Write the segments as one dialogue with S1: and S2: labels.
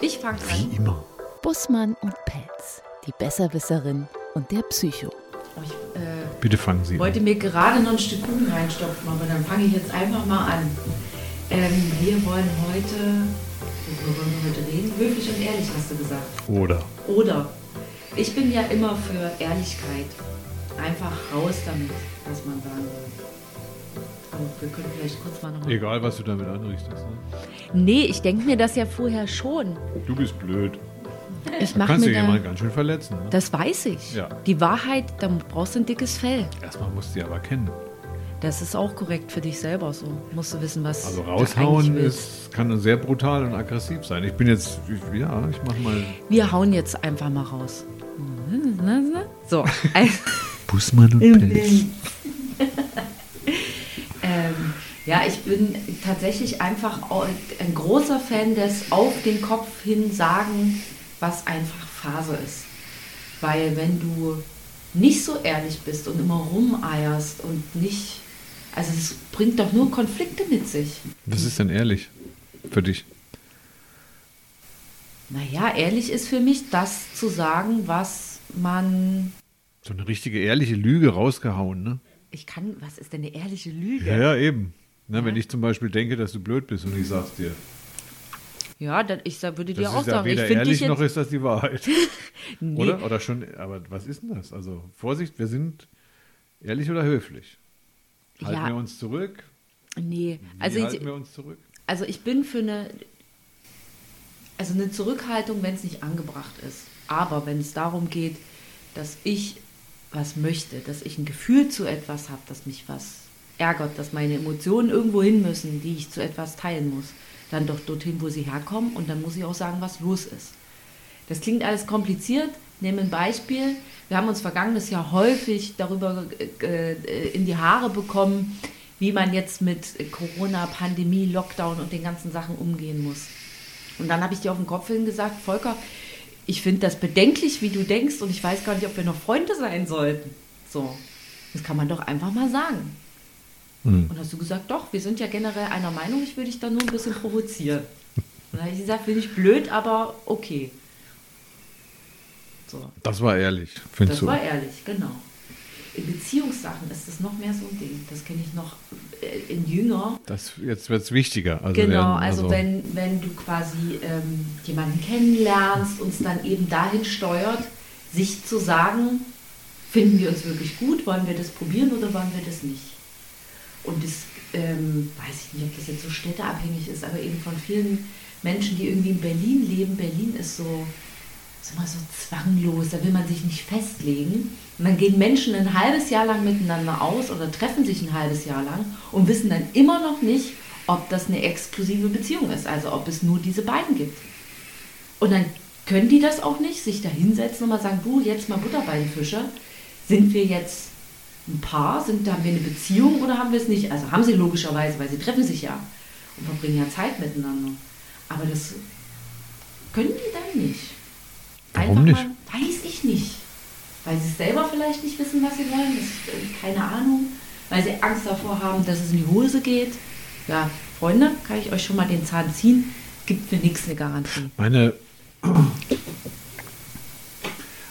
S1: Ich fange an.
S2: Wie immer.
S3: Bussmann und Pelz, die Besserwisserin und der Psycho.
S1: Oh, ich äh,
S2: Bitte fangen Sie
S1: wollte
S2: an.
S1: mir gerade noch ein Stück Kuchen reinstopfen, aber dann fange ich jetzt einfach mal an. Ähm, wir wollen heute, worüber wollen wir heute reden? Höflich und ehrlich, hast du gesagt.
S2: Oder.
S1: Oder ich bin ja immer für Ehrlichkeit. Einfach raus damit, was man sagen soll. Aber wir können vielleicht kurz mal nochmal.
S2: Egal, was du damit anrichtest. Ne?
S1: Nee, ich denke mir das ja vorher schon.
S2: Du bist blöd.
S1: Ich
S2: Da
S1: mache
S2: kannst du
S1: mir
S2: jemanden
S1: da,
S2: ganz schön verletzen. Ne?
S1: Das weiß ich.
S2: Ja.
S1: Die Wahrheit, da brauchst du ein dickes Fell.
S2: Erstmal musst du sie aber kennen.
S1: Das ist auch korrekt für dich selber so. Musst du wissen, was.
S2: Also
S1: du
S2: raushauen
S1: eigentlich willst.
S2: ist, kann sehr brutal und aggressiv sein. Ich bin jetzt, ich, ja, ich mach mal.
S1: Wir hauen jetzt einfach mal raus. So. Also,
S2: Bussmann und Pelz.
S1: ähm, ja, ich bin tatsächlich einfach au- ein großer Fan des auf den Kopf hin sagen, was einfach Phase ist. Weil wenn du nicht so ehrlich bist und immer rumeierst und nicht, also es bringt doch nur Konflikte mit sich.
S2: Was ist denn ehrlich für dich?
S1: Naja, ehrlich ist für mich das zu sagen, was man,
S2: So eine richtige ehrliche Lüge rausgehauen, ne?
S1: ich kann, was ist denn eine ehrliche Lüge?
S2: Ja, ja, eben. Na, wenn ich zum Beispiel denke, dass du blöd bist und ich sag's dir,
S1: Ja, dann, ich sa- würde dir
S2: das
S1: auch
S2: ist ja
S1: sagen, ich
S2: weder
S1: finde dich
S2: ehrlich
S1: jetzt
S2: noch ist das die Wahrheit.
S1: Nee.
S2: Oder? Oder schon, aber was ist denn das? Also Vorsicht, wir sind ehrlich oder höflich. Halten
S1: Ja.
S2: wir uns zurück?
S1: Nee,
S2: Wie
S1: also ich,
S2: halten wir uns zurück?
S1: also ich bin für eine, also eine Zurückhaltung, wenn es nicht angebracht ist. Aber wenn es darum geht, dass ich was möchte, dass ich ein Gefühl zu etwas habe, dass mich was ärgert, dass meine Emotionen irgendwo hin müssen, die ich zu etwas teilen muss, dann doch dorthin, wo sie herkommen und dann muss ich auch sagen, was los ist. Das klingt alles kompliziert. Nehmen ein Beispiel. Wir haben uns vergangenes Jahr häufig darüber äh, in die Haare bekommen, wie man jetzt mit Corona, Pandemie, Lockdown und den ganzen Sachen umgehen muss. Und dann habe ich dir auf den Kopf hin gesagt, Volker, ich finde das bedenklich, wie du denkst, und ich weiß gar nicht, ob wir noch Freunde sein sollten. So, das kann man doch einfach mal sagen. Und hast du gesagt, doch, wir sind ja generell einer Meinung, ich will dich da nur ein bisschen provozieren. Und dann habe ich gesagt, bin ich blöd, aber okay. So,
S2: Das war ehrlich, findest
S1: das
S2: du?
S1: war ehrlich, genau. In Beziehungssachen ist das noch mehr so ein Ding. Das kenne ich noch äh, in jünger.
S2: Das, jetzt wird's wichtiger. Also
S1: Genau,
S2: werden-
S1: also wenn, wenn du quasi ähm, jemanden kennenlernst, uns dann eben dahin steuert, sich zu sagen, finden wir uns wirklich gut, wollen wir das probieren oder wollen wir das nicht? Und das ähm, weiß ich nicht, ob das jetzt so städteabhängig ist, aber eben von vielen Menschen, die irgendwie in Berlin leben. Berlin ist so, ist immer so zwanglos, da will man sich nicht festlegen. Und dann gehen Menschen ein halbes Jahr lang miteinander aus oder treffen sich ein halbes Jahr lang und wissen dann immer noch nicht, ob das eine exklusive Beziehung ist, also ob es nur diese beiden gibt. Und dann können die das auch nicht, sich da hinsetzen und mal sagen, du, jetzt mal Butter bei den Fische. Sind wir jetzt ein Paar? Sind, haben wir eine Beziehung oder haben wir es nicht? Also haben sie logischerweise, weil sie treffen sich ja und verbringen ja Zeit miteinander. Aber das können die dann nicht.
S2: Warum nicht?
S1: Mal, weiß ich nicht. Weil sie es selber vielleicht nicht wissen, was sie wollen. Das, äh, keine Ahnung. Weil sie Angst davor haben, dass es in die Hose geht. Ja, Freunde, kann ich euch schon mal den Zahn ziehen. Gibt mir nichts eine Garantie.
S2: Meine.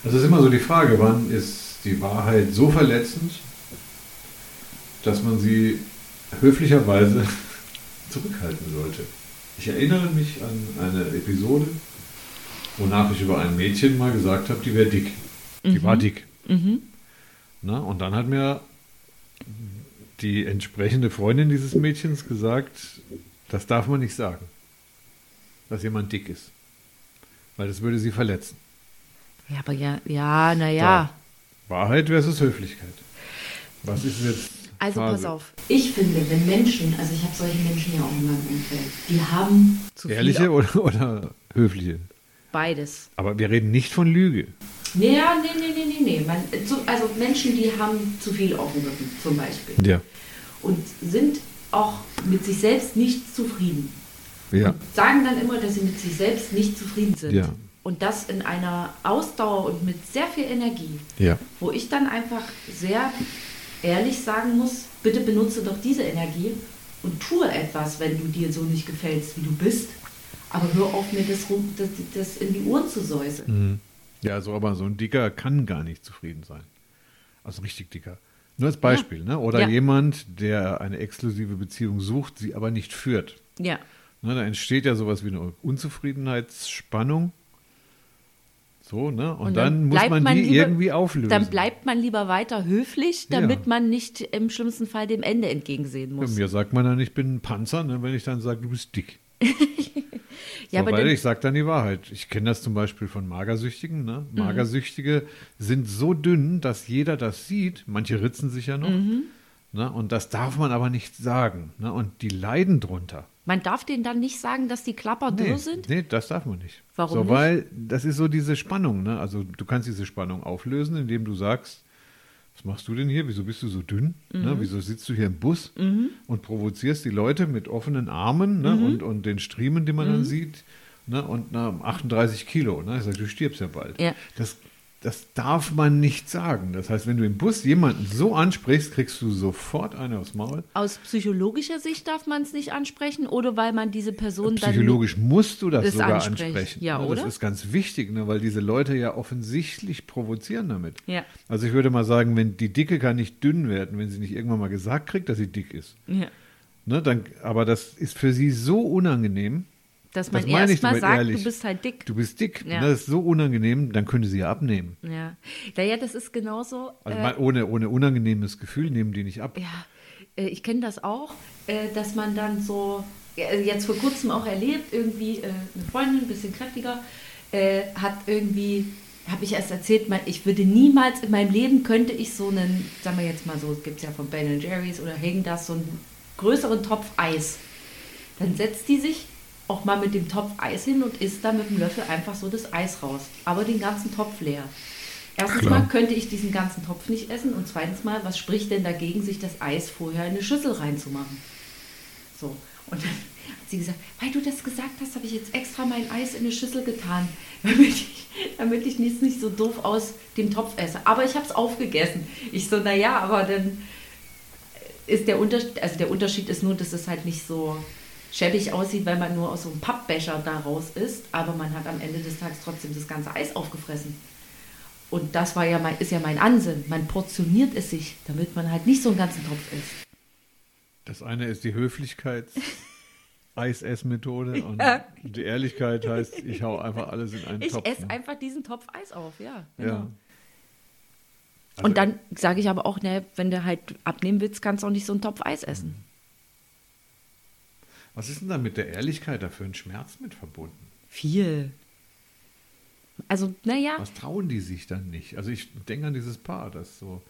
S2: Also es ist immer so die Frage, wann ist die Wahrheit so verletzend, dass man sie höflicherweise zurückhalten sollte. Ich erinnere mich an eine Episode, wonach ich über ein Mädchen mal gesagt habe, die wäre dick. Die war dick. Na, und dann hat mir die entsprechende Freundin dieses Mädchens gesagt, das darf man nicht sagen dass jemand dick ist. Weil das würde sie verletzen.
S1: Ja, aber ja, ja, naja.
S2: Wahrheit versus Höflichkeit. Was ist jetzt?
S1: Also
S2: Phase?
S1: pass auf. Ich finde, wenn Menschen, also ich habe solche Menschen ja auch in meinem Umfeld, die haben zu
S2: Ehrliche
S1: viel
S2: oder, oder höfliche?
S1: beides.
S2: Aber wir reden nicht von Lüge.
S1: Nee, ja, nee, nee, nee, nee, nee. Man, zu, also Menschen, die haben zu viel auf dem Rücken zum Beispiel
S2: Ja.
S1: und sind auch mit sich selbst nicht zufrieden.
S2: Ja.
S1: sagen dann immer, dass sie mit sich selbst nicht zufrieden sind.
S2: Ja.
S1: Und das in einer Ausdauer und mit sehr viel Energie.
S2: Ja.
S1: Wo ich dann einfach sehr ehrlich sagen muss, bitte benutze doch diese Energie und tue etwas, wenn du dir so nicht gefällst, wie du bist. Aber hör auf, mir das, rum, das, das in die Ohren zu säuseln.
S2: Ja, so, aber so ein Dicker kann gar nicht zufrieden sein. Also ein richtig Dicker. Nur als Beispiel, ne? Oder
S1: Ja.
S2: jemand, der eine exklusive Beziehung sucht, sie aber nicht führt.
S1: Ja.
S2: Ne, da entsteht ja sowas wie eine Unzufriedenheitsspannung. So, ne? Und, dann, muss
S1: bleibt
S2: man, die
S1: lieber-
S2: irgendwie auflösen.
S1: Dann bleibt man lieber weiter höflich,
S2: Ja.
S1: damit man nicht im schlimmsten Fall dem Ende entgegensehen
S2: Bei
S1: muss.
S2: mir sagt man dann, ich bin ein Panzer, ne, wenn ich dann sage, du bist dick.
S1: Ja, aber
S2: Wobei
S1: dann-
S2: ich sage dann die Wahrheit. Ich kenne das zum Beispiel von Magersüchtigen. Ne?
S1: Mhm.
S2: Magersüchtige sind so dünn, dass jeder das sieht. Manche ritzen sich ja noch.
S1: Mhm.
S2: Ne? Und das darf man aber nicht sagen. Ne? Und die leiden drunter.
S1: man darf denen dann nicht sagen, dass die Klapper
S2: Nee,
S1: dürr sind.
S2: nee, das darf man nicht.
S1: Warum
S2: so,
S1: nicht?
S2: Weil das ist so diese Spannung. Ne? Also du kannst diese Spannung auflösen, indem du sagst, was machst du denn hier? Wieso bist du so dünn?
S1: Mhm.
S2: Ne? Wieso sitzt du hier im Bus und provozierst die Leute mit offenen Armen ne?
S1: Mhm.
S2: und, und den Striemen, die man dann sieht ne? und na, 38 Kilo. Ne? Ich sage, du stirbst ja bald.
S1: Ja.
S2: Das, das darf man nicht sagen. Das heißt, wenn du im Bus jemanden so ansprichst, kriegst du sofort eine aufs Maul.
S1: Aus psychologischer Sicht darf man es nicht ansprechen oder weil man diese Person dann.
S2: Psychologisch musst du das,
S1: das
S2: sogar
S1: ansprechen.
S2: ansprechen.
S1: Ja,
S2: ne?
S1: oder?
S2: Das ist ganz wichtig, ne? weil diese Leute ja offensichtlich provozieren damit.
S1: Ja.
S2: Also ich würde mal sagen, wenn die Dicke kann nicht dünn werden, wenn sie nicht irgendwann mal gesagt kriegt, dass sie dick ist.
S1: Ja.
S2: Ne? Dann, aber das ist für sie so unangenehm.
S1: Dass man
S2: das meine ich
S1: erst mal
S2: damit
S1: sagt,
S2: ehrlich.
S1: du bist halt dick.
S2: Du bist dick.
S1: Ja.
S2: Ne? Das ist so unangenehm, dann könnte sie ja abnehmen.
S1: Ja. Naja, das ist genauso.
S2: Also
S1: äh,
S2: mal ohne, ohne unangenehmes Gefühl nehmen die nicht ab.
S1: Ja, äh, ich kenne das auch, äh, dass man dann so, ja, also jetzt vor kurzem auch erlebt, irgendwie äh, eine Freundin, ein bisschen kräftiger, äh, hat irgendwie, habe ich erst erzählt, mein- ich würde niemals in meinem Leben, könnte ich so einen, sagen wir jetzt mal so, es gibt ja von Ben Jerry's oder Hagen das, so einen größeren Topf Eis. Dann setzt die sich auch mal mit dem Topf Eis hin und isst dann mit dem Löffel einfach so das Eis raus, aber den ganzen Topf leer. Erstens
S2: Klar.
S1: mal könnte ich diesen ganzen Topf nicht essen und zweitens mal, was spricht denn dagegen, sich das Eis vorher in eine Schüssel reinzumachen? So. Und dann hat sie gesagt, weil du das gesagt hast, habe ich jetzt extra mein Eis in eine Schüssel getan, damit ich, damit ich jetzt nicht so doof aus dem Topf esse. Aber ich habe es aufgegessen. Ich so, naja, aber dann ist der Unterschied, also der Unterschied ist nur, dass es halt nicht so schäbig aussieht, weil man nur aus so einem Pappbecher da raus ist, aber man hat am Ende des Tages trotzdem das ganze Eis aufgefressen. Und das war ja mein, ist ja mein Ansinn. Man portioniert es sich, damit man halt nicht so einen ganzen Topf isst.
S2: Das eine ist die Höflichkeits- Eis-Ess-Methode und
S1: Ja.
S2: die Ehrlichkeit heißt, ich hau einfach alles in einen
S1: Ich
S2: Topf.
S1: esse
S2: ne?
S1: einfach diesen Topf Eis auf, ja.
S2: Ja. Also,
S1: Genau. Und dann sage ich aber auch, ne, wenn du halt abnehmen willst, kannst du auch nicht so einen Topf Eis essen.
S2: Was ist denn da mit der Ehrlichkeit dafür ein Schmerz mit verbunden?
S1: Viel. Also, naja,
S2: Was trauen die sich dann nicht? Also ich denke an dieses Paar, das so.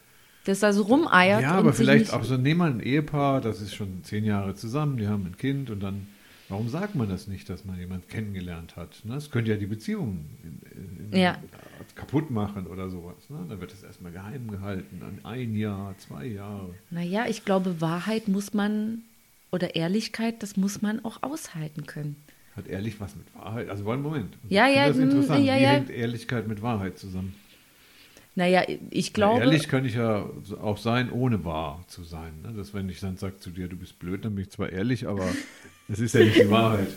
S1: das da so rumeiert.
S2: ja,
S1: und
S2: aber
S1: sich
S2: vielleicht
S1: nicht-
S2: auch so, nehmen wir ein Ehepaar, das ist schon zehn Jahre zusammen, die haben ein Kind und dann, warum sagt man das nicht, dass man jemanden kennengelernt hat? Ne? Das könnte ja die Beziehung in, in,
S1: Ja.
S2: kaputt machen oder sowas. Ne? Dann wird das erstmal geheim gehalten, an ein Jahr, zwei Jahre.
S1: Naja, ich glaube, Wahrheit muss man, oder Ehrlichkeit, das muss man auch aushalten können.
S2: Hat ehrlich was mit Wahrheit? Also wollen Moment. Und
S1: Ja,
S2: ich
S1: ja,
S2: finde
S1: mm,
S2: Das interessant.
S1: ja,
S2: Wie
S1: ja.
S2: hängt Ehrlichkeit mit Wahrheit zusammen?
S1: Naja, ich glaube.
S2: Na, ehrlich kann ich ja so- auch sein, ohne wahr zu sein. Ne? Dass wenn ich dann sage zu dir, du bist blöd, dann bin ich zwar ehrlich, aber das ist ja nicht die Wahrheit.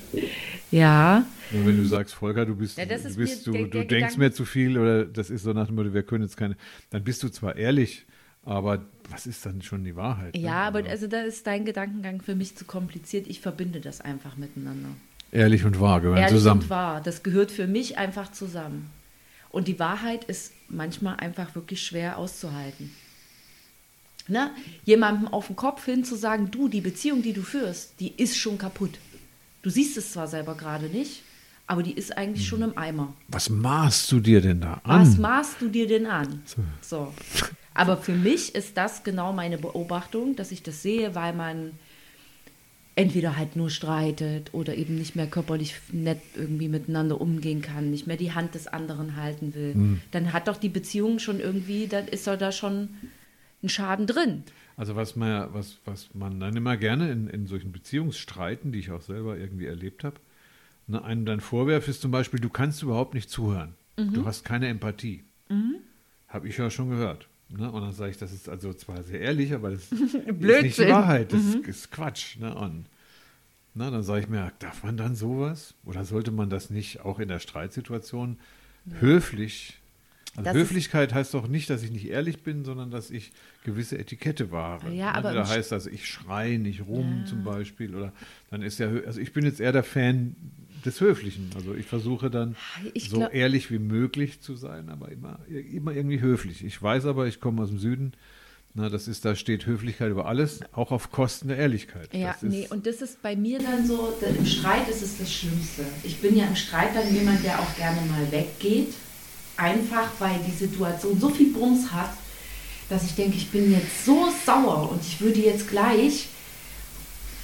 S1: Ja,
S2: Und wenn du sagst, Volker, du bist,
S1: Ja, das ist
S2: du, bist,
S1: mir
S2: du,
S1: der- der
S2: du denkst
S1: Gedanke-
S2: mir zu viel oder das ist so nach dem Motto, wir können jetzt keine, dann bist du zwar ehrlich, aber was ist dann schon die Wahrheit? ne?
S1: ja, aber also da ist dein Gedankengang für mich zu kompliziert. Ich verbinde das einfach miteinander.
S2: Ehrlich und wahr gehören
S1: Ehrlich
S2: zusammen.
S1: und wahr, das gehört für mich einfach zusammen. Und die Wahrheit ist manchmal einfach wirklich schwer auszuhalten. Ne? Jemandem auf den Kopf hin zu sagen, du, die Beziehung, die du führst, die ist schon kaputt. Du siehst es zwar selber gerade nicht, aber die ist
S2: Mhm.
S1: eigentlich schon im Eimer.
S2: Was maßt du dir denn da an?
S1: Was maßt du dir denn an? So. Aber für mich ist das genau meine Beobachtung, dass ich das sehe, weil man entweder halt nur streitet oder eben nicht mehr körperlich nett irgendwie miteinander umgehen kann, nicht mehr die Hand des anderen halten will. Dann hat doch die Beziehung schon irgendwie, dann ist doch da schon ein Schaden drin.
S2: Also was man, ja- was, was man dann immer gerne in, in solchen Beziehungsstreiten, die ich auch selber irgendwie erlebt habe, ne, einem dann vorwerf, ist zum Beispiel, du kannst überhaupt nicht zuhören. Du hast keine Empathie. Habe ich ja schon gehört. Ne? Und dann sage ich, das ist also zwar sehr ehrlich, aber das ist nicht die
S1: Blödsinn.
S2: Wahrheit, das ist, ist Quatsch. Ne? Und Na, dann sage ich mir, darf man dann sowas? Oder sollte man das nicht auch in der Streitsituation höflich? Also
S1: Das
S2: Höflichkeit heißt doch nicht, dass ich nicht ehrlich bin, sondern dass ich gewisse Etikette wahre.
S1: Ja,
S2: Ne?
S1: aber im
S2: da
S1: Sch-
S2: heißt das, ich schreie nicht rum zum Beispiel. Oder dann ist ja, hö- also ich bin jetzt eher der Fan des Höflichen. Also ich versuche dann
S1: Ich
S2: so
S1: glaub-
S2: ehrlich wie möglich zu sein, aber immer, immer irgendwie höflich. Ich weiß aber, ich komme aus dem Süden. Na, das ist, da steht Höflichkeit über alles, auch auf Kosten der Ehrlichkeit.
S1: Ja,
S2: das ist,
S1: nee, und das ist bei mir dann
S4: dann so, denn im Streit ist es das Schlimmste. Ich bin ja im Streit dann jemand, der auch gerne mal weggeht, einfach weil die Situation so viel Brums hat, dass ich denke, ich bin jetzt so sauer und ich würde jetzt gleich,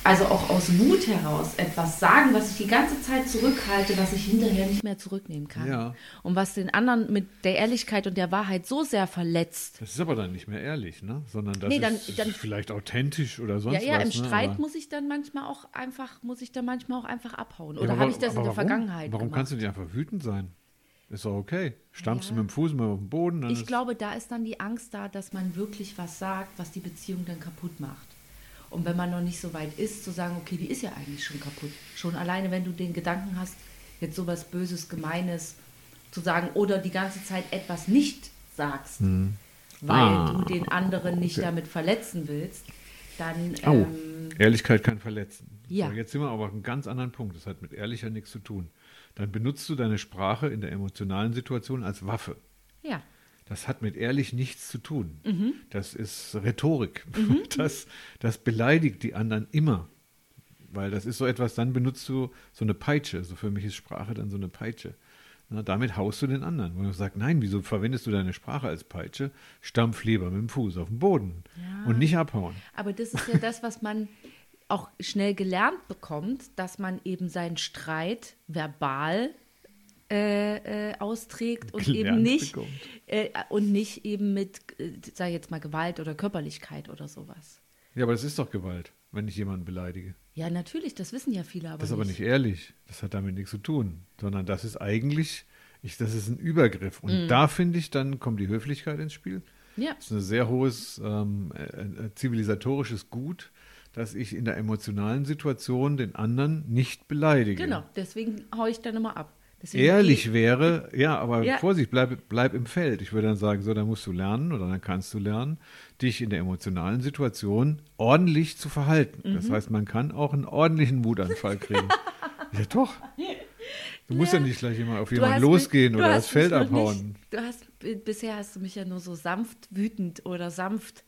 S4: also auch aus Wut heraus, etwas sagen, was ich die ganze Zeit zurückhalte, was ich hinterher nicht
S1: nicht mehr zurücknehmen kann.
S2: Ja.
S1: Und was den anderen mit der Ehrlichkeit und der Wahrheit so sehr verletzt.
S2: Das ist aber dann nicht mehr ehrlich, ne? Sondern das
S1: Nee, dann-
S2: ist
S1: dann-
S2: vielleicht authentisch oder sonst
S1: Ja,
S2: was.
S1: ja, im
S2: ne?
S1: Streit
S2: Aber-
S1: muss ich dann manchmal auch einfach, muss ich dann manchmal auch einfach abhauen.
S2: Ja,
S1: Oder
S2: aber-
S1: habe ich das in
S2: aber
S1: der
S2: warum?
S1: Vergangenheit
S2: Warum
S1: gemacht?
S2: kannst du nicht einfach wütend sein? Ist doch okay. Stampfst
S1: Ja.
S2: du mit dem Fuß mal auf den Boden, dann
S1: Ich
S2: ist
S1: glaube, da ist dann die Angst da, dass man wirklich was sagt, was die Beziehung dann kaputt macht. Und wenn man noch nicht so weit ist, zu sagen, okay, die ist ja eigentlich schon kaputt. Schon alleine, wenn du den Gedanken hast, jetzt sowas Böses, Gemeines zu sagen oder die ganze Zeit etwas nicht sagst, weil
S2: Mhm. Ah.
S1: du den anderen nicht
S2: Okay.
S1: damit verletzen willst, dann
S2: Au.
S1: ähm,
S2: Ehrlichkeit kann verletzen.
S1: Ja.
S2: So, jetzt sind wir aber auf einem ganz anderen Punkt. Das hat mit ehrlicher nichts zu tun. Dann benutzt du deine Sprache in der emotionalen Situation als Waffe.
S1: ja.
S2: Das hat mit ehrlich nichts zu tun. Das ist Rhetorik. Das, das beleidigt die anderen immer. Weil das ist so etwas, dann benutzt du so eine Peitsche. So für mich ist Sprache dann so eine Peitsche. Na, damit haust du den anderen. Wo du sagst, nein, wieso verwendest du deine Sprache als Peitsche? Stampf lieber mit dem Fuß auf den Boden und nicht abhauen.
S1: Aber das ist ja das, was man auch schnell gelernt bekommt, dass man eben seinen Streit verbal äh, äh, austrägt und
S2: Gelernt
S1: eben nicht
S2: bekommt.
S1: äh, und nicht eben mit, äh, sag ich jetzt mal, Gewalt oder Körperlichkeit oder sowas.
S2: Ja, aber das ist doch Gewalt, wenn ich jemanden beleidige.
S1: Ja, natürlich, das wissen ja viele, aber,
S2: Das ist
S1: nicht.
S2: aber nicht ehrlich. Das hat damit nichts zu tun. Sondern das ist eigentlich, ich, das ist ein Übergriff. Und da finde ich, dann kommt die Höflichkeit ins Spiel.
S1: Mhm. Ja.
S2: Das ist ein sehr hohes ähm, äh, äh, zivilisatorisches Gut, dass ich in der emotionalen Situation den anderen nicht beleidige.
S1: Genau, deswegen haue ich dann immer ab. Deswegen
S2: Ehrlich
S1: geh-
S2: wäre, ja, aber
S1: Ja.
S2: Vorsicht, bleib, bleib im Feld. Ich würde dann sagen, so, dann musst du lernen oder dann kannst du lernen, dich in der emotionalen Situation ordentlich zu verhalten. Das
S1: Mhm.
S2: heißt, man kann auch einen ordentlichen Wutanfall kriegen. ja, doch. Du musst ja, nicht gleich immer auf
S1: Du hast
S2: jemanden
S1: mich-
S2: losgehen
S1: du
S2: oder
S1: hast
S2: das Feld
S1: mich noch
S2: abhauen.
S1: Nicht, du hast, b- bisher hast du mich ja nur so sanft wütend oder sanft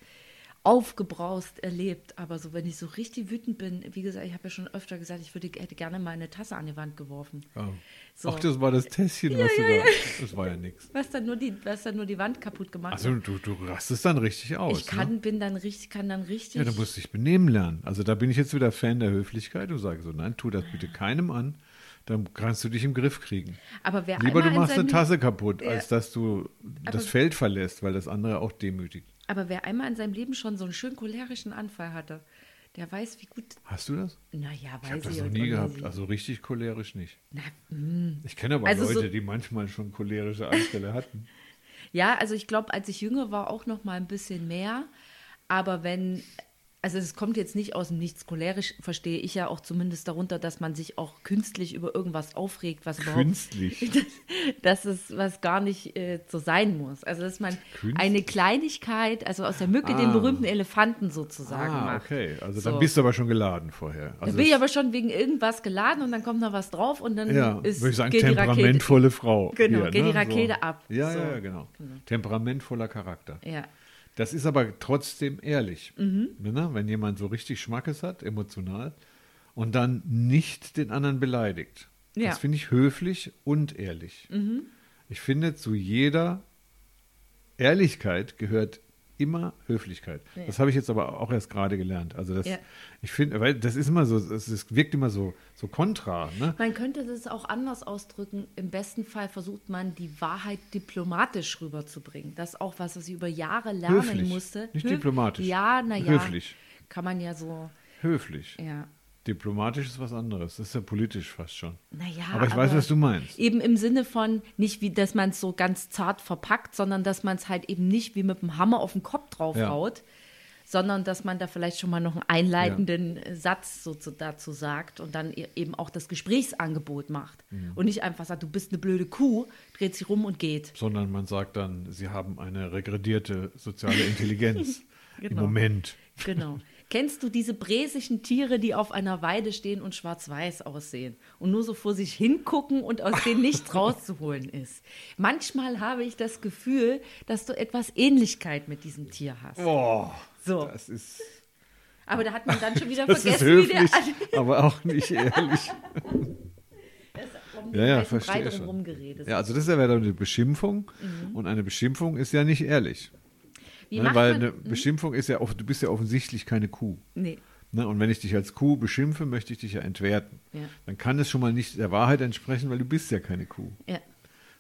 S1: aufgebraust erlebt. Aber so, wenn ich so richtig wütend bin, wie gesagt, ich habe ja schon öfter gesagt, ich würde, hätte gerne mal eine Tasse an die Wand geworfen.
S2: Ja.
S1: So.
S2: Ach, das war das Tässchen, was du da. Das war ja nichts.
S1: Was dann nur die, was dann nur die Wand kaputt gemacht
S2: Also,
S1: hat.
S2: du, du rastest dann richtig aus.
S1: Ich kann,
S2: ne?
S1: bin dann richtig, kann dann richtig.
S2: Ja, du musst dich benehmen lernen. Also da bin ich jetzt wieder Fan der Höflichkeit und sage so, nein, tu das
S1: Ah.
S2: bitte keinem an, dann kannst du dich im Griff kriegen.
S1: aber wer
S2: Lieber
S1: einmal
S2: du
S1: in
S2: machst eine
S1: seinem-
S2: Tasse kaputt,
S1: Ja.
S2: als dass du das
S1: Aber-
S2: Feld verlässt, weil das andere auch demütigt.
S1: Aber wer einmal in seinem Leben schon so einen schön cholerischen Anfall hatte, der weiß, wie gut.
S2: Hast du das?
S1: Naja,
S2: Ich habe
S1: weiß
S2: das
S1: ich
S2: noch
S1: und-
S2: nie
S1: und-
S2: gehabt. Also richtig cholerisch nicht.
S1: Na,
S2: Ich kenne aber
S1: Also so-
S2: Leute, die manchmal schon cholerische Anfälle hatten.
S1: Ja, also ich glaube, als ich jünger war, auch noch mal ein bisschen mehr. Aber wenn, also es kommt jetzt nicht aus dem Nichts cholerisch, verstehe ich ja auch zumindest darunter, dass man sich auch künstlich über irgendwas aufregt, was überhaupt,
S2: Künstlich.
S1: dass es was gar nicht äh, so sein muss. Also dass man
S2: Künstlich?
S1: eine Kleinigkeit, also aus der Mücke den
S2: Ah.
S1: berühmten Elefanten sozusagen
S2: Ah,
S1: macht.
S2: okay. Also
S1: So.
S2: dann bist du aber schon geladen vorher.
S1: Da
S2: Also
S1: bin ich
S2: das-
S1: aber schon wegen irgendwas geladen und dann kommt noch was drauf und dann
S2: ja,
S1: ist,
S2: würde ich sagen,
S1: geht die Rakete.
S2: temperamentvolle Frau.
S1: Genau,
S2: hier,
S1: geht
S2: ne?
S1: die Rakete ab.
S2: Ja,
S1: So.
S2: ja, ja, genau. Temperamentvoller Charakter.
S1: Ja.
S2: Das ist aber trotzdem ehrlich.
S1: Mhm.
S2: Ne? Wenn jemand so richtig Schmackes hat, emotional, und dann nicht den anderen beleidigt.
S1: Ja. Mhm.
S2: Das finde ich höflich und ehrlich. Ich finde, zu jeder Ehrlichkeit gehört immer Höflichkeit.
S1: Ja.
S2: Das habe ich jetzt aber auch erst gerade gelernt. Also das,
S1: Ja.
S2: ich finde, weil das ist immer so, es es wirkt immer so, so kontra. Ne?
S1: Man könnte es auch anders ausdrücken. Im besten Fall versucht man, die Wahrheit diplomatisch rüberzubringen. Das ist auch was, was ich über Jahre lernen
S2: Höflich,
S1: musste.
S2: nicht diplomatisch.
S1: Ja, naja.
S2: Höflich.
S1: Kann man ja so,
S2: Höflich.
S1: ja.
S2: Diplomatisch ist was anderes. Das ist ja politisch fast schon.
S1: Naja,
S2: aber ich weiß, was du meinst.
S1: Eben im Sinne von, nicht wie, dass man es so ganz zart verpackt, sondern dass man es halt eben nicht wie mit dem Hammer auf den Kopf draufhaut, sondern dass man da vielleicht schon mal noch einen einleitenden äh, Satz so zu, dazu sagt und dann e- eben auch das Gesprächsangebot macht.
S2: Mhm.
S1: Und nicht einfach sagt, du bist eine blöde Kuh, dreht sich rum und geht.
S2: Sondern man sagt dann, sie haben eine regredierte soziale Intelligenz. Im
S1: Genau.
S2: Moment.
S1: Genau. Kennst du diese bresischen Tiere, die auf einer Weide stehen und schwarz-weiß aussehen und nur so vor sich hingucken und aus denen nichts rauszuholen ist? Manchmal habe ich das Gefühl, dass du etwas Ähnlichkeit mit diesem Tier hast.
S2: Boah,
S1: So.
S2: Oh, das ist,
S1: Aber da hat man dann schon wieder
S2: das ist
S1: vergessen, wie
S2: höflich,
S1: der an
S2: aber auch nicht ehrlich.
S1: um
S2: Ja, ja,
S1: heißen Brei
S2: verstehe
S1: drum
S2: schon.
S1: rumgeredet.
S2: Ja, also das ist ja wieder eine Beschimpfung und eine Beschimpfung ist ja nicht ehrlich.
S1: Mhm. Wie
S2: ne?
S1: macht
S2: Weil
S1: man- Mhm.
S2: eine Beschimpfung ist ja, off- du bist ja offensichtlich keine Kuh.
S1: Nee.
S2: Ne? Und wenn ich dich als Kuh beschimpfe, möchte ich dich ja entwerten.
S1: Ja.
S2: Dann kann es schon mal nicht der Wahrheit entsprechen, weil du bist ja keine Kuh.
S1: Ja.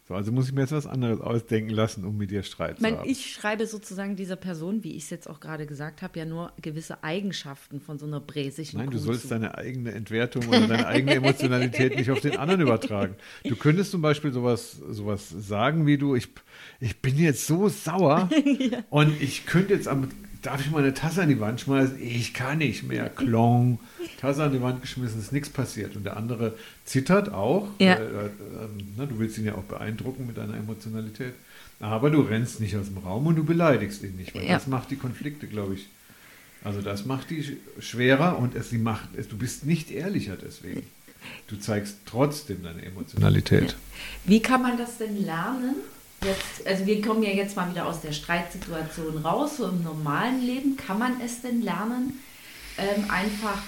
S2: So, also muss ich mir jetzt was anderes ausdenken lassen, um mit dir Streit
S1: Ich
S2: zu
S1: meine,
S2: haben.
S1: ich schreibe sozusagen dieser Person, wie ich es jetzt auch gerade gesagt habe, ja nur gewisse Eigenschaften von so einer bräsischen
S2: Nein,
S1: Kuh
S2: du sollst
S1: zu.
S2: deine eigene Entwertung oder deine eigene Emotionalität nicht auf den anderen übertragen. Du könntest zum Beispiel sowas, sowas sagen wie du, ich, ich bin jetzt so sauer und ich könnte jetzt am, darf ich meine Tasse an die Wand schmeißen? Ich kann nicht mehr. Klong. Tasse an die Wand geschmissen, ist nichts passiert. Und der andere zittert auch.
S1: Ja.
S2: Äh, äh, ähm, na, du willst ihn ja auch beeindrucken mit deiner Emotionalität. Aber du rennst nicht aus dem Raum und du beleidigst ihn nicht, weil
S1: Ja.
S2: das macht die Konflikte, glaube ich, also das macht die sch- schwerer und es, sie macht es, du bist nicht ehrlicher deswegen. Du zeigst trotzdem deine Emotionalität.
S4: Wie kann man das denn lernen? Jetzt, also wir kommen ja jetzt mal wieder aus der Streitsituation raus, so im normalen Leben. Kann man es denn lernen, ähm, einfach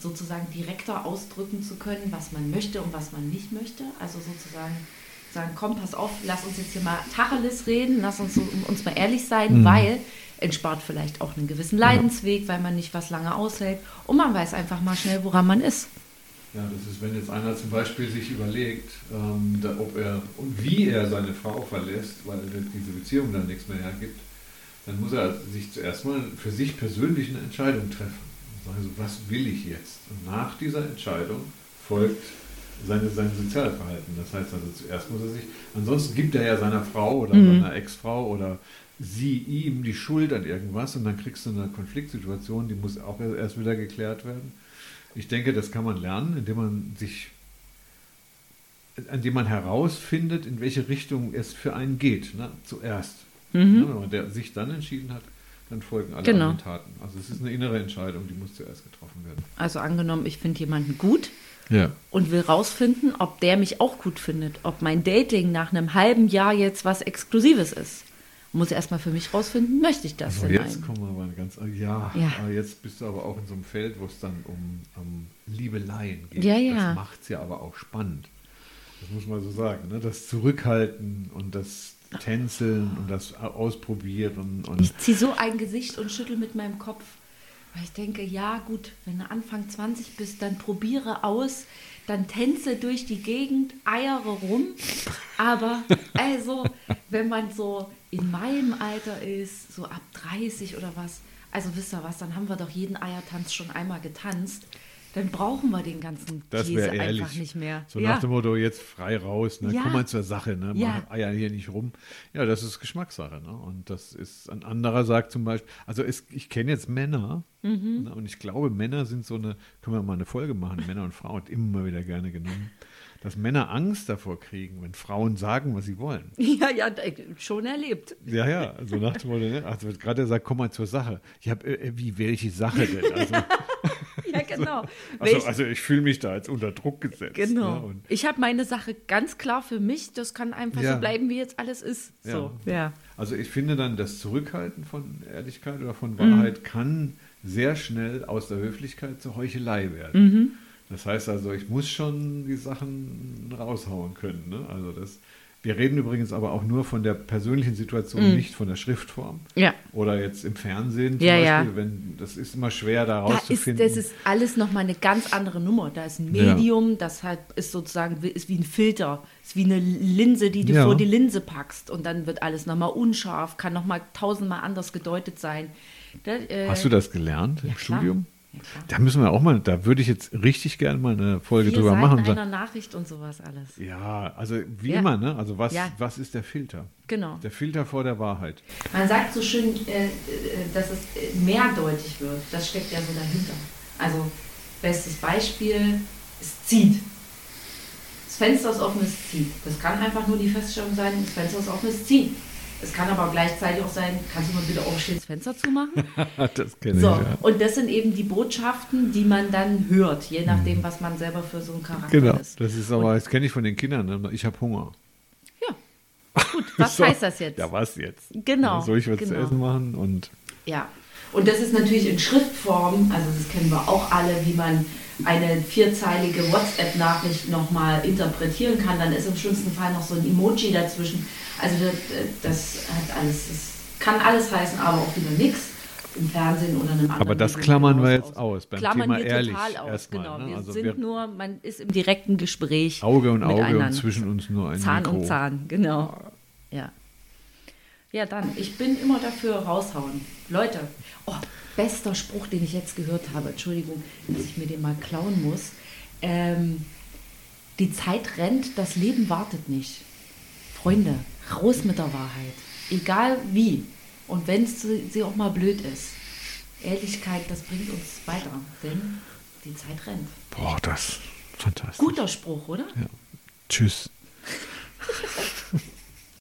S4: sozusagen direkter ausdrücken zu können, was man möchte und was man nicht möchte? Also sozusagen sagen, komm, pass auf, lass uns jetzt hier mal Tacheles reden, lass uns, so, um uns mal ehrlich sein, weil entspart vielleicht auch einen gewissen Leidensweg, weil man nicht was lange aushält und man weiß einfach mal schnell, woran man ist.
S2: Ja, das ist, wenn jetzt einer zum Beispiel sich überlegt, ähm, da, ob er und wie er seine Frau verlässt, weil diese Beziehung dann nichts mehr hergibt, dann muss er sich zuerst mal für sich persönlich eine Entscheidung treffen. Und sagen so, was will ich jetzt? Und nach dieser Entscheidung folgt seine, sein Sozialverhalten. Das heißt also, zuerst muss er sich, ansonsten gibt er ja seiner Frau oder seiner Ex-Frau oder sie ihm die Schuld an irgendwas und dann kriegst du eine Konfliktsituation, die muss auch erst wieder geklärt werden. Ich denke, das kann man lernen, indem man sich, indem man herausfindet, in welche Richtung es für einen geht, ne? zuerst. Ne? Wenn man der, sich dann entschieden hat, dann folgen alle
S1: Mhm. Genau.
S2: anderen Taten. Also es ist eine innere Entscheidung, die muss zuerst getroffen werden.
S1: Also angenommen, ich finde jemanden gut
S2: Ja.
S1: und will rausfinden, ob der mich auch gut findet, ob mein Dating nach einem halben Jahr jetzt was Exklusives ist. Muss erstmal für mich rausfinden, möchte ich das
S2: So,
S1: denn
S2: jetzt
S1: eigentlich?
S2: kommen wir mal ganz, äh, ja,
S1: Ja.
S2: aber jetzt bist du aber auch in so einem Feld, wo es dann um, um Liebeleien geht.
S1: Ja, ja.
S2: Das macht es ja aber auch spannend. Das muss man so sagen, ne? das Zurückhalten und das Tänzeln und das Ausprobieren und
S1: Ich ziehe so ein Gesicht und schüttel mit meinem Kopf, weil ich denke, ja gut, wenn du Anfang 20 bist, dann probiere aus, dann tänze durch die Gegend, eiere rum. Aber also, wenn man so in meinem Alter ist, so ab 30 oder was, also wisst ihr was, dann haben wir doch jeden Eiertanz schon einmal getanzt. Dann brauchen wir den ganzen
S2: Das
S1: Käse
S2: wäre ehrlich.
S1: einfach nicht mehr.
S2: So nach dem Motto, jetzt frei raus, ne?
S1: Ja.
S2: komm mal zur Sache, ne?
S1: Ja.
S2: mach Eier hier nicht rum. Ja, das ist Geschmackssache. Ne? Und das ist, ein anderer sagt zum Beispiel, also es, ich kenne jetzt Männer
S1: Mhm.
S2: ne? und ich glaube, Männer sind so eine, können wir mal eine Folge machen, Männer und Frauen, hat immer wieder gerne genommen, dass Männer Angst davor kriegen, wenn Frauen sagen, was sie wollen.
S1: ja, ja, schon erlebt.
S2: Ja, ja, so nach dem Motto, ne? also gerade er sagt, komm mal zur Sache. Ich habe, äh, wie, welche Sache denn? Also,
S1: Ja, genau.
S2: also,
S1: Welch-
S2: also ich fühle mich da jetzt unter Druck gesetzt.
S1: Genau.
S2: Ne? Und
S1: ich habe meine Sache ganz klar für mich. Das kann einfach
S2: Ja.
S1: so bleiben, wie jetzt alles ist. So. Ja.
S2: Also ich finde dann, das Zurückhalten von Ehrlichkeit oder von
S1: Mhm.
S2: Wahrheit kann sehr schnell aus der Höflichkeit zur Heuchelei werden.
S1: Mhm.
S2: Das heißt also, ich muss schon die Sachen raushauen können. Ne? Also das, wir reden übrigens aber auch nur von der persönlichen Situation, nicht von der Schriftform.
S1: Mhm. Ja.
S2: Oder jetzt im Fernsehen zum
S1: Ja, ja.
S2: Beispiel, wenn das ist immer schwer, da
S1: Da ist,
S2: rauszufinden.
S1: das ist alles nochmal eine ganz andere Nummer. Da ist ein
S2: Ja.
S1: Medium, das halt ist sozusagen wie- ist wie ein Filter, ist wie eine Linse, die du
S2: Ja.
S1: vor die Linse packst. Und dann wird alles nochmal unscharf, kann nochmal tausendmal anders gedeutet sein. Da, äh,
S2: Hast du das gelernt im
S1: ja, klar.
S2: Studium? Da müssen wir auch mal, da würde ich jetzt richtig gerne mal eine Folge
S1: Vier
S2: drüber
S1: Seiten
S2: machen. und
S1: einer
S2: sagen,
S1: Nachricht und sowas alles.
S2: Ja, also wie
S1: Ja.
S2: immer, ne? Also was,
S1: Ja.
S2: was ist der Filter?
S1: Genau.
S2: Der Filter vor der Wahrheit.
S4: Man sagt so schön, äh, äh, dass es äh, mehrdeutig wird. Das steckt ja so dahinter. Also, bestes Beispiel, es zieht. Das Fenster ist offen, es zieht. Das kann einfach nur die Feststellung sein, das Fenster ist offen, es zieht. Es kann aber gleichzeitig auch sein, kannst du mal bitte aufstehen, das Fenster zumachen?
S2: das kenne
S1: So,
S2: ich ja.
S1: und das sind eben die Botschaften, die man dann hört, je nachdem, was man selber für so einen Charakter
S2: Mhm. Genau.
S1: ist.
S2: Das ist aber, das kenne ich von den Kindern. Ne? Ich habe Hunger.
S1: Ja. Gut, was
S2: So.
S1: heißt das jetzt?
S2: Ja, was jetzt?
S1: Genau,
S2: Ja, soll ich was zu
S1: genau.
S2: essen machen? Und
S1: Ja.
S4: Und das ist natürlich in Schriftform, also das kennen wir auch alle, wie man eine vierzeilige WhatsApp-Nachricht nochmal interpretieren kann. Dann ist im schlimmsten Fall noch so ein Emoji dazwischen. Also das, das hat alles, das kann alles heißen, aber auch wieder nichts im Fernsehen oder in einem anderen.
S2: aber das
S4: Medium
S2: klammern wir
S4: genauso
S2: jetzt aus beim
S1: Klammern
S2: Thema
S1: wir
S2: ehrlich.
S1: total aus,
S2: erstmal,
S1: genau.
S2: ne?
S1: Wir
S2: also
S1: sind
S2: wir,
S1: nur, man ist im direkten Gespräch.
S2: Auge und Auge
S1: miteinander.
S2: und zwischen uns nur ein
S1: Zahn
S2: Mikro.
S1: um Zahn, genau. Ja. Ja, dann,
S4: Ich bin immer dafür raushauen.
S1: Leute, oh, bester Spruch, den ich jetzt gehört habe. Entschuldigung, dass ich mir den mal klauen muss. Ähm, die Zeit rennt, das Leben wartet nicht. Freunde, raus mit der Wahrheit. Egal wie. Und wenn es sie sie auch mal blöd ist. Ehrlichkeit, das bringt uns weiter. Denn die Zeit rennt.
S2: Boah, das ist fantastisch.
S1: Guter Spruch, oder?
S2: Ja. Tschüss.